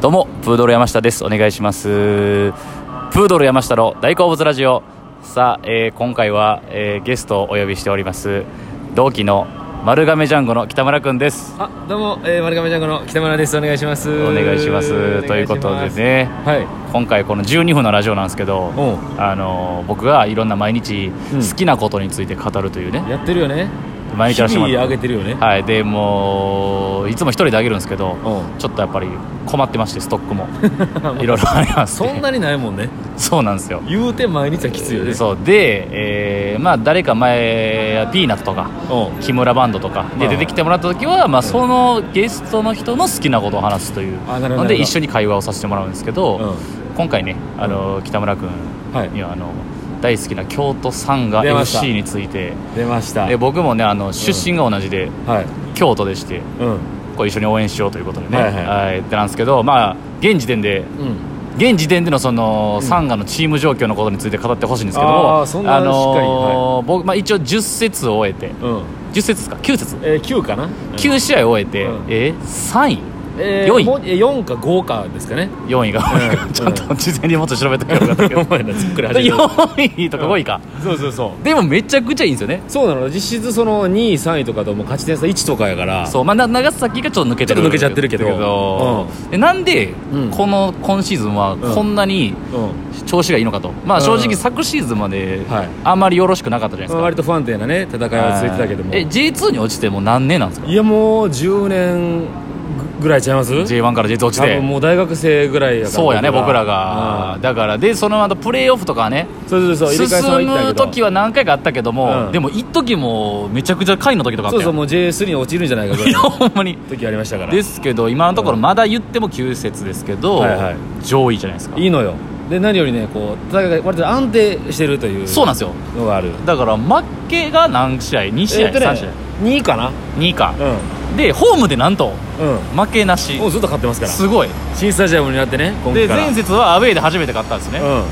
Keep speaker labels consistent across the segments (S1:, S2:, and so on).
S1: どうもプードル山下ですお願いしますプードル山下の大好物ラジオさあ、えー今回は、えーゲストをお呼びしております同期の丸亀ジャンゴの北村くんです
S2: あ、どうも、えー、丸亀ジャンゴの北村です。お願いします。
S1: お願いします
S2: お願いします
S1: ということで。ね
S2: はい。
S1: 今回この12分のラジオなんですけど
S2: おう
S1: あのー僕がいろんな毎日
S2: うん
S1: 好きなことについて語るというね、
S2: やってるよね。
S1: 毎日
S2: 日
S1: やらせても
S2: 々
S1: ら
S2: 上
S1: っ
S2: げてるよ
S1: て
S2: ね。
S1: はいでもういつも一人であげるんですけど
S2: う
S1: ちょっとやっぱり困ってましてストックもいろいろありま
S2: ん。
S1: す
S2: そんなにないもんね。
S1: そうなんですよ
S2: 言うて毎日はきついよね。
S1: そうで、えーまあ誰か前ピーナッツとか
S2: うん。
S1: 木村バンドとかで
S2: はい
S1: 出てきてもらった時は、まあ、そのゲストの人の好きなことを話すという
S2: あなるほ
S1: の
S2: ど
S1: で
S2: なるほど
S1: 一緒に会話をさせてもらうんですけど、今回ねあの北村君
S2: はい
S1: にはあの大好きな京都サンガ
S2: 出ました
S1: FC について
S2: うん。出ました。
S1: で僕もねあの出身が同じで、
S2: はい。
S1: 京都でして
S2: うん。
S1: こう一緒に応援しようということでね、
S2: はいはい
S1: はいってなんですけどまあ現時点で
S2: うん。
S1: 現時点でのその、
S2: うん
S1: サンガのチーム状況のことについて語ってほしいんですけども
S2: あーそんなしっかりは
S1: 僕、まあ、一応10節を終えて
S2: うん。
S1: 10節ですか9節
S2: えー、九かな。
S1: 9試合を終えて、
S2: うん
S1: えー、3位
S2: えー
S1: 四位
S2: もうえー四か五かですかね。
S1: 4位が、
S2: う ん
S1: ちょっと事前にもっと調べておけばよかったけど
S2: お前らざっくり 始めた
S1: 4位とか5位か、
S2: そうそうそう。
S1: でもめちゃくちゃいいんですよね
S2: そうなの。実質その二位三位とかともう勝ち点差一とかやから。
S1: そうまあ、な長崎がちょっと抜けてる
S2: ちょっと抜けちゃってるけど
S1: でなんで、
S2: うん
S1: この今シーズンはこんなに
S2: う。うん。
S1: 調子がいいのかと、まあ、正
S2: う
S1: 直
S2: ん
S1: 昨シーズンまで
S2: はい
S1: あんまりよろしくなかったじゃないです
S2: まあ
S1: か、
S2: 割と不安定なね戦いは続いてたけども。
S1: え J2 に落ちてもう何年なんですか
S2: いやもう10年ぐらいちゃいます
S1: J1 から J2 落ち
S2: 多
S1: て
S2: 分もう大学生ぐらいやから
S1: そうやね僕らが、
S2: うん
S1: だからでその後プレーオフとかね
S2: そうそうそう入れ替えさん
S1: 進
S2: は行った
S1: む
S2: けど
S1: 時は何回かあったけども、
S2: うん
S1: でも一時もめちゃくちゃ下位の時とかあった
S2: そう
S1: やん
S2: そうもう J3 に落ちるんじゃないかぐ ら
S1: い
S2: い
S1: や
S2: の
S1: ほんまに
S2: 時ありましたから
S1: ですけど今のところまだ言っても9節ですけど、
S2: はいはい
S1: 上位じゃないですか
S2: いいのよで何よりねこう戦いが割と安定してるという
S1: そうなんですよ
S2: のがある
S1: だから負けが何試合2試合、
S2: えーっとね
S1: 3試合
S2: 2位かな
S1: 2位か
S2: う
S1: でホームでなんと
S2: んうん
S1: 負けなし
S2: もうずっと勝ってますから
S1: すごい
S2: 新スタジアムになってね今
S1: で
S2: 回から
S1: 前節はアウェーで初めて勝ったんですね、
S2: うん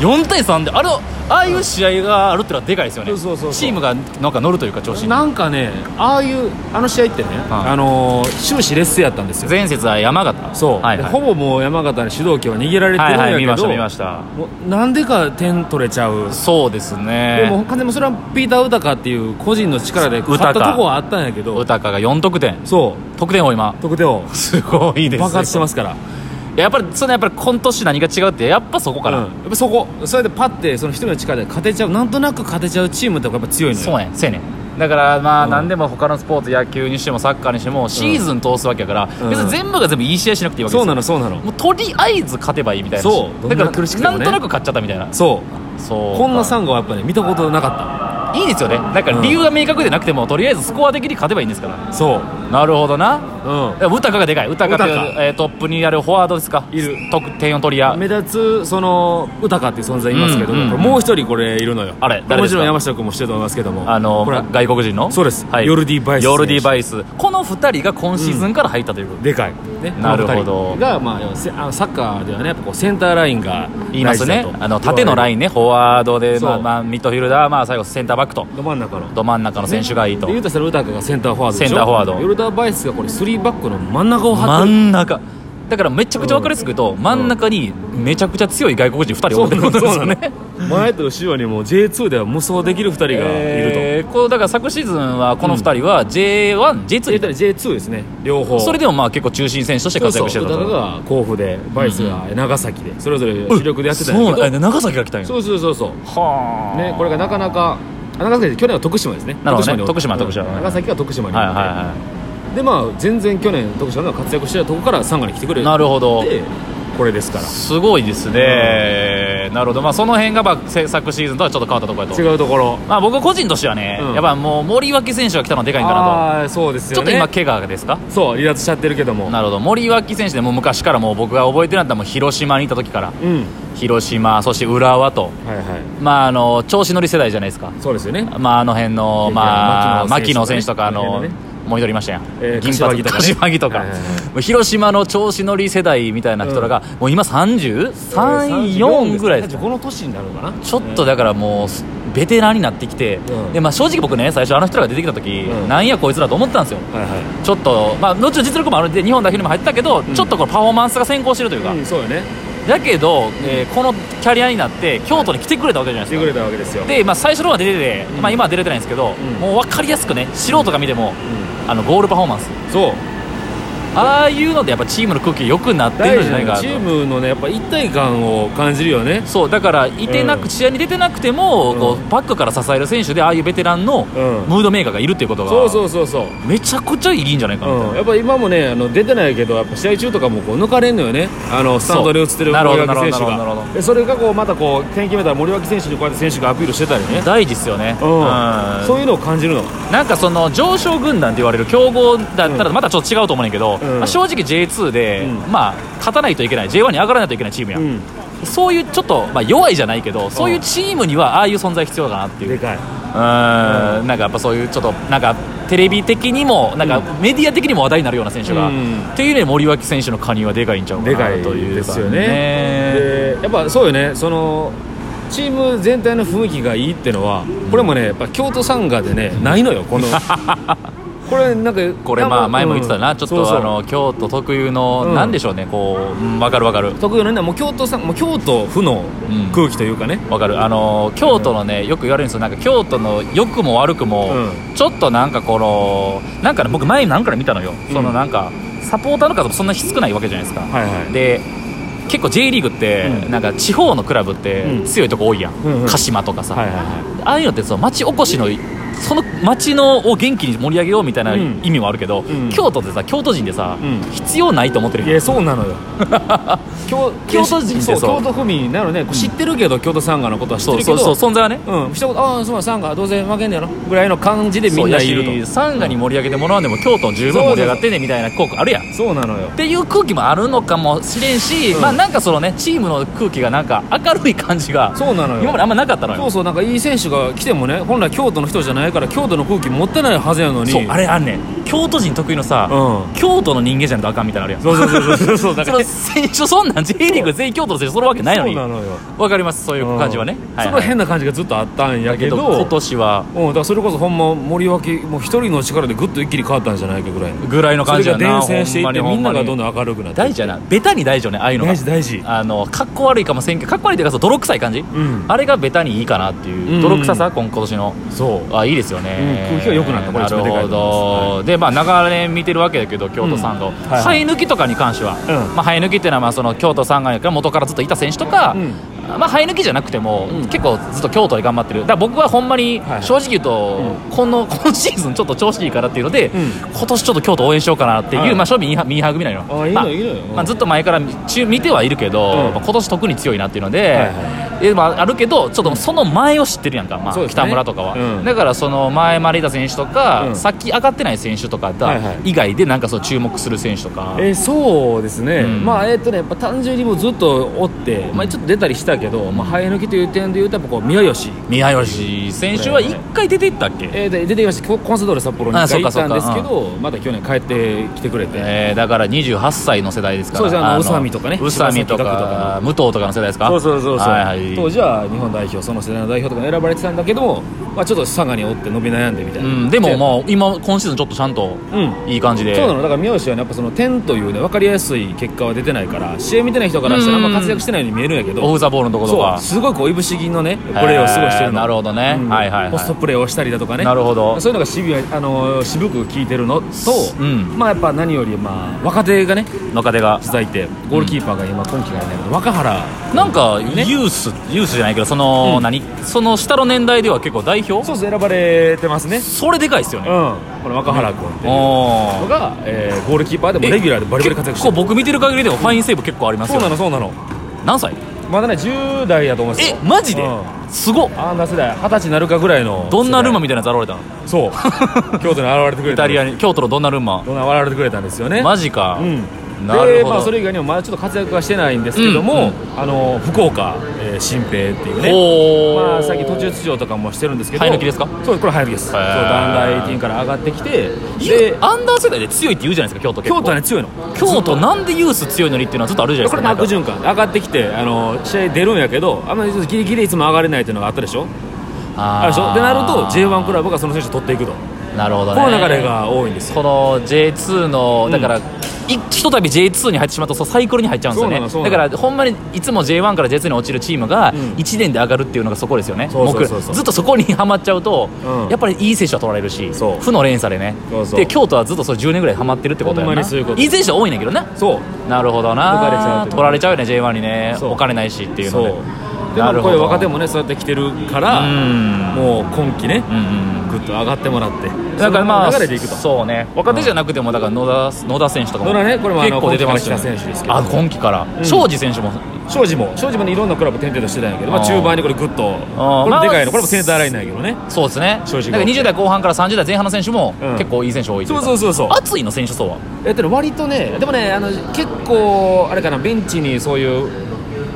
S1: 4対3であれああいう試合があるってのはでかいですよね、
S2: そうそうそうそう
S1: チームがなんか乗るというか調子に
S2: なんかねああいうあの試合ってね、あのー終始劣勢やったんですよ
S1: 前節は山形
S2: そう、
S1: はい
S2: で
S1: はい、
S2: ほぼもう山形に主導権は握られて
S1: はいはい
S2: るん
S1: 見
S2: や
S1: ま
S2: け
S1: し
S2: ど
S1: た見ました
S2: もうなんでか点取れちゃう
S1: そうです
S2: で
S1: ね
S2: も完全にそれはピーター・ウタカっていう個人の力で勝った
S1: ウタカ
S2: とこはあったんやけど
S1: 豊かが4得点
S2: そ
S1: 得点を今
S2: う得点を
S1: すごいです
S2: 爆発してますすから
S1: やっぱりそのやっぱり今年何が違うってやっぱそこか
S2: う
S1: ら、
S2: ん、やっぱそこそれでパッてその一人の力で勝てちゃうなんとなく勝てちゃうチームってやっぱ強いの
S1: そうね
S2: よ
S1: せやねんだからまあ
S2: うん
S1: 何でも他のスポーツ野球にしてもサッカーにしてもシーズン通すわけやから、
S2: うん
S1: 別に全部が全部いい試合しなくていいわけです
S2: そ
S1: よ
S2: うなのそうなの
S1: もうとりあえず勝てばいいみたいな
S2: そう
S1: だから
S2: どんな苦しくてもね
S1: なんとなく勝っちゃったみたいな
S2: そう
S1: そう
S2: こんなサ
S1: ン
S2: ンゴはやっぱね見たことなか
S1: いいですよねだから
S2: うん
S1: 理由が明確でなくても、とりあえずスコア的に勝てばいいんですから
S2: ったそう
S1: なるほどな
S2: う
S1: ウタカがでかいうたかという
S2: ウタ、カ
S1: えートップにあるフォワードですか
S2: いる
S1: 得点を取り合
S2: 目立つそのウタカっていう存在いますけど、
S1: うんうんうん
S2: これもう一人これいるのよ
S1: あれ誰
S2: も
S1: です
S2: ち
S1: か
S2: ろん山下君もしてると思いますけども
S1: あの
S2: これは
S1: 外国人の
S2: そうですヨルディバイス選
S1: ヨ
S2: 手
S1: ルディバイスこの2人が今シーズンから入ったということで、
S2: でかい、ね、
S1: なるほど
S2: この二人が、まあ、せあのサッカーではねやっぱこうセンターラインが
S1: 言いますね
S2: 大事だと
S1: あの縦のラインねフォワードで、
S2: そう
S1: まあまあ、ミッドフィルダー、まあ、最後センターバックと
S2: ど真ん中の
S1: ど真ん中の選手がいいと
S2: で言うとしたらウタカがセンターフォワードでしょ
S1: センターフォワード
S2: ヨルダーバイスがこれ3バックの真ん中を張
S1: 真
S2: ってる
S1: ん中だからめちゃくちゃ分かりやすく言うと、真ん中にめちゃくちゃ強い外国人2人おるってことですよね
S2: そうな前と後ろにもう J2 では無双できる2人がいると、
S1: えーこうだから昨シーズンはこの2人は J1、J2
S2: 言ったら J2 ですね両方
S1: それ
S2: で
S1: でもまあ結構中心選手として活躍してたと
S2: ウタカが甲府でバイスが長崎で、それぞれ主力でやってたん
S1: そう
S2: やけど
S1: なんあ長崎が来たんや
S2: そうそうそうそう
S1: はあ
S2: ね、これがなかなかあ長崎で去年は徳島ですね
S1: なるほどね
S2: に
S1: 徳島徳島
S2: うん長崎が徳島に行
S1: は
S2: っ
S1: い
S2: て、
S1: はいは
S2: でまあ全然去年徳島では活躍してたとこからサンガに来てくれ
S1: いなるほど
S2: でこれですから
S1: すごいですね、なるほどまあその辺がまあせ昨シーズンとはちょっと変わったところやと
S2: 違うところ
S1: まあ僕個人としてはね、
S2: うん
S1: やっぱもう森脇選手が来たのでかいんかな
S2: ああーそうです
S1: とちょ
S2: よ
S1: っと
S2: ね
S1: 今怪我ですか
S2: そう離脱しちゃってるけども
S1: なるほど森脇選手でもう昔からもう僕が覚えてるのは多分広島にいた時から
S2: うん
S1: 広島そして浦和と
S2: はいはい
S1: まああの調子乗り世代じゃないですか
S2: そうですよね
S1: まああの辺の
S2: いや
S1: まあ牧
S2: 牧
S1: 野
S2: 野
S1: 選
S2: 選
S1: 手と
S2: 手と
S1: か
S2: か
S1: あ
S2: ね
S1: の
S2: あの辺の
S1: もう一人いましたやん、
S2: えー
S1: 銀髪とか
S2: 柏
S1: 柏木とか、
S2: はいはいはい
S1: もう広島の調子乗り世代みたいな人らが、もう今
S2: 34
S1: 334ぐらいです
S2: この年になるのかな
S1: ちょっとだからもうベテランになってきて、
S2: うん
S1: でまあ、正直僕ね最初あの人らが出てきた時、
S2: うん
S1: なんやこいつらと思ってたんですよ
S2: はい
S1: ちょっと、まあ、後々実力もあるんで日本代表にも入ってたけど、
S2: ん
S1: ちょっとこのパフォーマンスが先行してるというか、
S2: はい、うん、そうよね
S1: だけど、えーこのキャリアになって京都に来てくれたわけじゃない
S2: 来
S1: ですか
S2: てくれたわけですよ
S1: で、まあ、最初の方は出てて、
S2: うん
S1: まあ、今は出れてないんですけど、
S2: ん
S1: もう分かりやすくね素人が見ても、
S2: う
S1: あのゴールパフォーマンス
S2: ん、そう
S1: ああいうのでやっぱチームの空気良くなってるんじゃないかな
S2: チ
S1: と
S2: ームのねやっぱ一体感を感じるよね
S1: そうだからいてなく、
S2: うん
S1: 試合に出てなくても、
S2: うん
S1: こうバックから支える選手でああいうベテランのム
S2: うん
S1: ードメーカーがいるっていうことが、
S2: そうそうそうそう
S1: めちゃくちゃいいんじゃないかなみたいな
S2: うん、やっぱ今もねあの出てないけどやっぱ試合中とかもこう抜かれんのよねあのスタンドで映ってる
S1: なるほど
S2: 森脇選
S1: な
S2: 手
S1: るほどなるほ
S2: が
S1: ど
S2: でそれがこうまたこう点決めたら森脇選手にこうやって選手がアピールしてたりね、
S1: 大事ですよね、
S2: うん
S1: うん
S2: そういうのを感じるの
S1: なんかその上昇軍団って言われる強豪だったら
S2: うん
S1: またちょっと違うと思うねんけど、
S2: うん
S1: まあ、正直 J2 で、
S2: うん
S1: まあ、勝たないといけない J1 に上がらないといけないチームや、ん、
S2: ん
S1: そういうちょっと、まあ、弱いじゃないけどそういうチームにはああいう存在必要だなっていう
S2: でかい
S1: うんなんかやっぱそういうちょっとなんかテレビ的にもなんかメディア的にも話題になるような選手が、
S2: うん
S1: っていうね森脇選手の加入はでかいんちゃうか
S2: でか
S1: ないという
S2: ですよ
S1: か
S2: ねでやっぱそうよねそのチーム全体の雰囲気がいいってのはこれもねやっぱ京都サンガでねないのよ このこれなんか
S1: これまあ前も言ってたな、
S2: うん
S1: ちょっと
S2: そうそう
S1: あの京都特有の、
S2: うん
S1: なんでしょうねこう、うん、分かる分かる
S2: 特有のねもう京都さんもう京都府の空気というかね、
S1: わかるあのー京都のねよく言われるんですよなんか京都の良くも悪くも、
S2: う
S1: ちょっとなんかこのなんかね僕前なんかで見たのよ、
S2: うん
S1: そのなんかサポーターの数もそんなに少ないわけじゃないですか、
S2: はいはい
S1: で結構 J リーグって、
S2: うん
S1: なんか地方のクラブって
S2: うん
S1: 強いとこ多いやん、
S2: うんうん
S1: 鹿島とかさ、
S2: はいはいは
S1: ああいうのってその町おこしのその町のを元気に盛り上げようみたいな
S2: うん
S1: 意味もあるけど、
S2: ん
S1: 京都ってさ京都人でさ、
S2: うん
S1: 必要ないと思ってる
S2: いい
S1: やん
S2: やそう なのよ京
S1: 京都人って
S2: そう
S1: そう
S2: 京都府民なのね知ってるけど、京都サンガのことは知っ
S1: そ
S2: て
S1: う
S2: るけ
S1: そう
S2: ど
S1: そう存在はね、
S2: うん一言ああそうなんサンガどうせ負けんねやろぐらいの感じでみ
S1: そうんや
S2: な
S1: し
S2: いると
S1: サンガに盛り上げてもらわんでも京都十分盛り上がってねみたいな効果あるやんっ
S2: そうなのよ
S1: ていう空気もあるのかもしれんし、
S2: うん
S1: まあなんかそのねチームの空気がなんか明るい感じが
S2: そうなのよ
S1: 今まであんまなかったの
S2: そ
S1: よ
S2: うそうなんかいい選手が来てもね本来京都の人じゃないから京都の空気持ってないはずやのに
S1: そうあれあんねん京都人得意のさ、
S2: うん
S1: 京都の人間じゃないとあかんみたいなのあるや
S2: そうそうそうそう
S1: んその 選手そんなん J リーグ全員京都の選手そるわけないのに
S2: そうなのよ
S1: わかりますそういう感じはね、
S2: うん
S1: はい
S2: そ
S1: は
S2: の
S1: い
S2: 変な感じがずっとあったんや
S1: だけ
S2: け
S1: ど
S2: ど
S1: 今年は
S2: うん、だからそれこそほんま森脇もう一人の力でぐっと一気に変わったんじゃないかぐらいの
S1: ぐらいの
S2: そ
S1: 感
S2: れ
S1: じや
S2: が
S1: な
S2: 伝染していって
S1: ほ
S2: みん
S1: ま
S2: な
S1: に
S2: がどんどん明るくなって
S1: 大事やなベタに大事よねああいうのが
S2: 大事大事
S1: あのかっこ悪いかもせんけどかっこ悪いというかそう泥臭い感じ、
S2: ん
S1: あれがベタにいいかなっていう、
S2: うん
S1: 泥臭さ今今年の
S2: そう
S1: あいいですよね、
S2: うん空気が良くなったこれ一
S1: な
S2: 番
S1: る
S2: でかい
S1: ほ
S2: と思います
S1: どでまあ長年見てるわけだけど京都サンガを、
S2: はいはい
S1: 生え抜きとかに関しては、
S2: うん
S1: まあ、生え抜きっていうのはまあその京都サンガから元からずっといた選手とか、
S2: うん
S1: まあ、生え抜きじゃなくても、
S2: うん
S1: 結構ずっと京都で頑張ってるだから僕はほんまに
S2: はいはい
S1: 正直言うと、この 今シーズンちょっと調子いいからっていうので、
S2: うん
S1: 今年ちょっと京都応援しようかなっていう、
S2: はい
S1: まあ正味ミーハミーハー組なのよ
S2: あいいの
S1: ま
S2: いいのよ
S1: まあ、ずっと前から見ち見てはいるけど、
S2: うん
S1: まあ今年特に強いなっていうので、
S2: はい
S1: えまあ、あるけどちょっとその前を知ってるやんか、まあ
S2: そうですね
S1: 北村とかは、
S2: うん
S1: だからその前までいた選手とか、
S2: うん
S1: さっき上がってない選手とかだ、
S2: はいはい
S1: 以外でなんかそう注目する選手とか、
S2: えーそうですね、
S1: うん
S2: まあえっ、とねやっぱ単純にもうずっとおって、まあ、ちょっと出たりしたけど、まあ、生え抜きという点でいうとやっぱこう宮吉、
S1: 宮吉選手は1回出ていったっけ、
S2: えーで出てきましたココンサドーレ札幌に
S1: あ
S2: 一
S1: そう
S2: 回行
S1: か
S2: ったんですけ
S1: そ
S2: どまた去年帰ってきてくれて、
S1: えーだから28歳の世代ですから
S2: そうですあの宇佐美とかね
S1: 宇佐美と
S2: 柴崎岳
S1: か
S2: とか
S1: 武藤とかの世代ですか
S2: そうそうそうそう、
S1: はいはい
S2: 当時は日本代表その世代の代表とかに選ばれてたんだけども、まあ、ちょっと佐賀におって伸び悩んでみたいうな、
S1: ん、でももう今今シーズンちょっとちゃんと
S2: うん
S1: いい感じで、
S2: そうなのだから宮吉はねやっぱその点というね分かりやすい結果は出てないから試合見てない人からしたらあんま活躍してないように見えるんやけど
S1: オフ・ザ・ボールのところと
S2: そ
S1: か
S2: うすごいこういぶし銀のねプレーをすごいして
S1: えー
S2: るの
S1: なるほどね
S2: うん
S1: はいはいはい
S2: ポストプレーをしたりだとかね
S1: なるほど
S2: そういうのが渋いあのー渋く効いてるのと、
S1: うん
S2: まあやっぱ何よりまあ若手がね
S1: 若手が
S2: 続いてゴールキーパーが今今季がいないけど若原
S1: なんか
S2: ね
S1: ユース、ユースじゃないけどその、
S2: うん
S1: 何その下の年代では結構代表そ
S2: そうそう選ばれてますね
S1: れでかいですよ
S2: うん
S1: ね、
S2: この若原君ってい
S1: お
S2: うの
S1: ー
S2: が、えーゴールキーパーでもレギュラーでバリバリ活躍して
S1: 結構僕見てる限りでもファインセーブ結構あります
S2: そ
S1: よ
S2: うなのそうなの
S1: 何歳
S2: まだね10代やと思います
S1: え
S2: よ
S1: マジで、
S2: うん
S1: すごっ
S2: あんな世代二十歳になるかぐらいの
S1: ドンナルンマみ
S2: み
S1: たいなやつ現れたの
S2: そう 京都に現れてくれた
S1: イタリアに京都のドンナルンマ
S2: ドンナ現れてくれたんですよね
S1: マジか、
S2: うん
S1: なる
S2: で
S1: ほど、
S2: まあ、それ以外にもまだちょっと活躍はしてないんですけども、あの福岡、えー新平っていうね
S1: おー
S2: まあ、最近途中出場とかもしてるんですけど
S1: 生え抜きですか
S2: そうこれ早抜きですそう
S1: へー
S2: 団体18から上がってきて
S1: で
S2: で
S1: アンダー世代で強いって言うじゃないですか京都結
S2: 京
S1: 構
S2: 都はね強いの
S1: 京都なんでユース強いのにっていうのはずっとあるじゃない
S2: こ
S1: で
S2: れ
S1: す
S2: も
S1: か
S2: 悪循環上がってきてあの試合出るんやけどあんまりギリギリいつも上がれないっていうのがあったでしょ
S1: あー
S2: あるでしょでなると J1 クラブがその選手を取っていくとこ
S1: なるほどね
S2: の流れが多いんですよ
S1: この J2 の
S2: ん
S1: だから、いひとたび J2 に入ってしまうとそうサイクルに入っちゃうんですよ
S2: そうなのそう
S1: ね
S2: な
S1: だ
S2: の
S1: からほんまにいつも J1 から J2 に落ちるチームが
S2: ん
S1: 1年で上がるっていうのがそこですよね、
S2: そうそうそうそう
S1: 僕ずっとそこにはまっちゃうと、
S2: うん
S1: やっぱりいい選手は取られるし
S2: そう
S1: 負の連鎖でね
S2: そうそう
S1: で京都はずっとそれ10年ぐらいはまってるってことや
S2: ほん
S1: な
S2: まにそういうこと
S1: い選手は多いねんだけどね
S2: そう
S1: なるほどな
S2: 抜かれちゃうってこと
S1: 取られちゃうよね J1 にね
S2: そう
S1: お金ないしっていう
S2: そ
S1: の
S2: う
S1: で
S2: でまあこういう若手
S1: も
S2: もねそうやって来てるか
S1: う
S2: ら
S1: ん
S2: もう今季ね
S1: うんうん
S2: グッと上がってもらって
S1: だからまあ
S2: その流れでいくと
S1: そうね若手じゃなくてもだから野田野田選手とかも
S2: 野田ねこれもあの
S1: 結構出てますよ、
S2: 今季から来た
S1: ね、
S2: 選手ですけど
S1: あ今季から、
S2: ん
S1: 庄司選手も
S2: 庄司も庄司もねいろんなクラブ転々としてたんやけどま
S1: あ
S2: あ
S1: ー
S2: 中盤にこれグッと
S1: あー
S2: これでかい
S1: まあ
S2: のこれもセンターラインなんやけどね
S1: そうですね
S2: 庄司
S1: な
S2: が
S1: んか20代後半から30代前半の選手も
S2: うん
S1: 結構いい選手多いとい
S2: そううそう
S1: う
S2: そうそう
S1: 熱いの選手層は
S2: えっとね割とねでもねあの結構あれかなベンチにそういう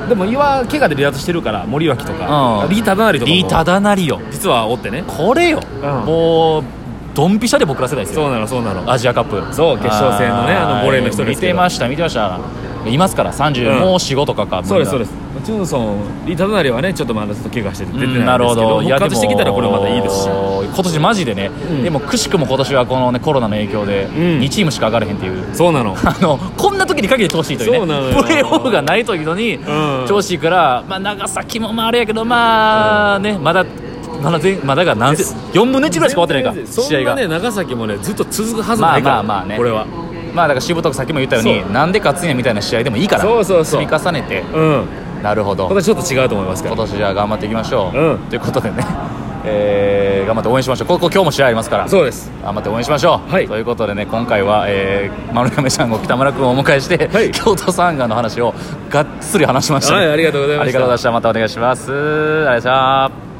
S2: でも岩怪我で離脱してるから森脇とか
S1: うん
S2: リー・タダナリとかも
S1: リータダナリよ
S2: 実はおってね
S1: これよ、
S2: ん
S1: もうドンピシャで僕ら世代です
S2: そ
S1: よ
S2: うなのそうなの
S1: アジアカップ
S2: そう決勝戦のねあのボレーの人で
S1: 見
S2: すけ
S1: て
S2: ど
S1: ました見てましたいますから30、
S2: うん
S1: もう45とかか
S2: そうですそうですすチュンソンリー・タダナリはねちょっとまだちょっと怪我してて出て
S1: うん
S2: な
S1: ない
S2: ん
S1: るほ
S2: ですけど
S1: どいや
S2: 復活してきたらこれまたいいですし
S1: でも今年マジでね、
S2: ん
S1: でもくしくも今年はこの、ね、コロナの影響で
S2: ん
S1: 2チームしか上がれへんっていう、
S2: そうなの
S1: あのこんな時に限ってほしいというね
S2: そうなの よ
S1: プレーオフがないというのに、
S2: ん
S1: 調子いいから、まあ、長崎もまああれやけどまあねまだまだ全まだが何
S2: です
S1: 4分の1ぐらいしか終わってないか
S2: そん
S1: 試合
S2: な
S1: が、
S2: ね長崎もねずっと続くはず
S1: ま
S2: な
S1: あ
S2: いか
S1: ま
S2: ら
S1: あまあね
S2: これは
S1: まあだからしぶとくさっきも言ったよう
S2: そ
S1: になんで勝つんやみたいな試合でもいいから
S2: そうそうそう
S1: 積み重ねて
S2: うん
S1: なるほど
S2: 今年ちょっと違うと思いますから
S1: 今年じゃあ頑張っていきましょう、
S2: うん
S1: ということでね、 えー頑張って応援しましょうここ今日も試合ありますから
S2: そうです
S1: 頑張って応援しましょう、
S2: はい
S1: ということでね今回は、えー、丸亀さんご北村君をお迎えして、
S2: はい
S1: 京都サンガの話をがっつり話しましたね、
S2: はいありがとうございました
S1: ありがとうございましたまたお願いしますありがとうございました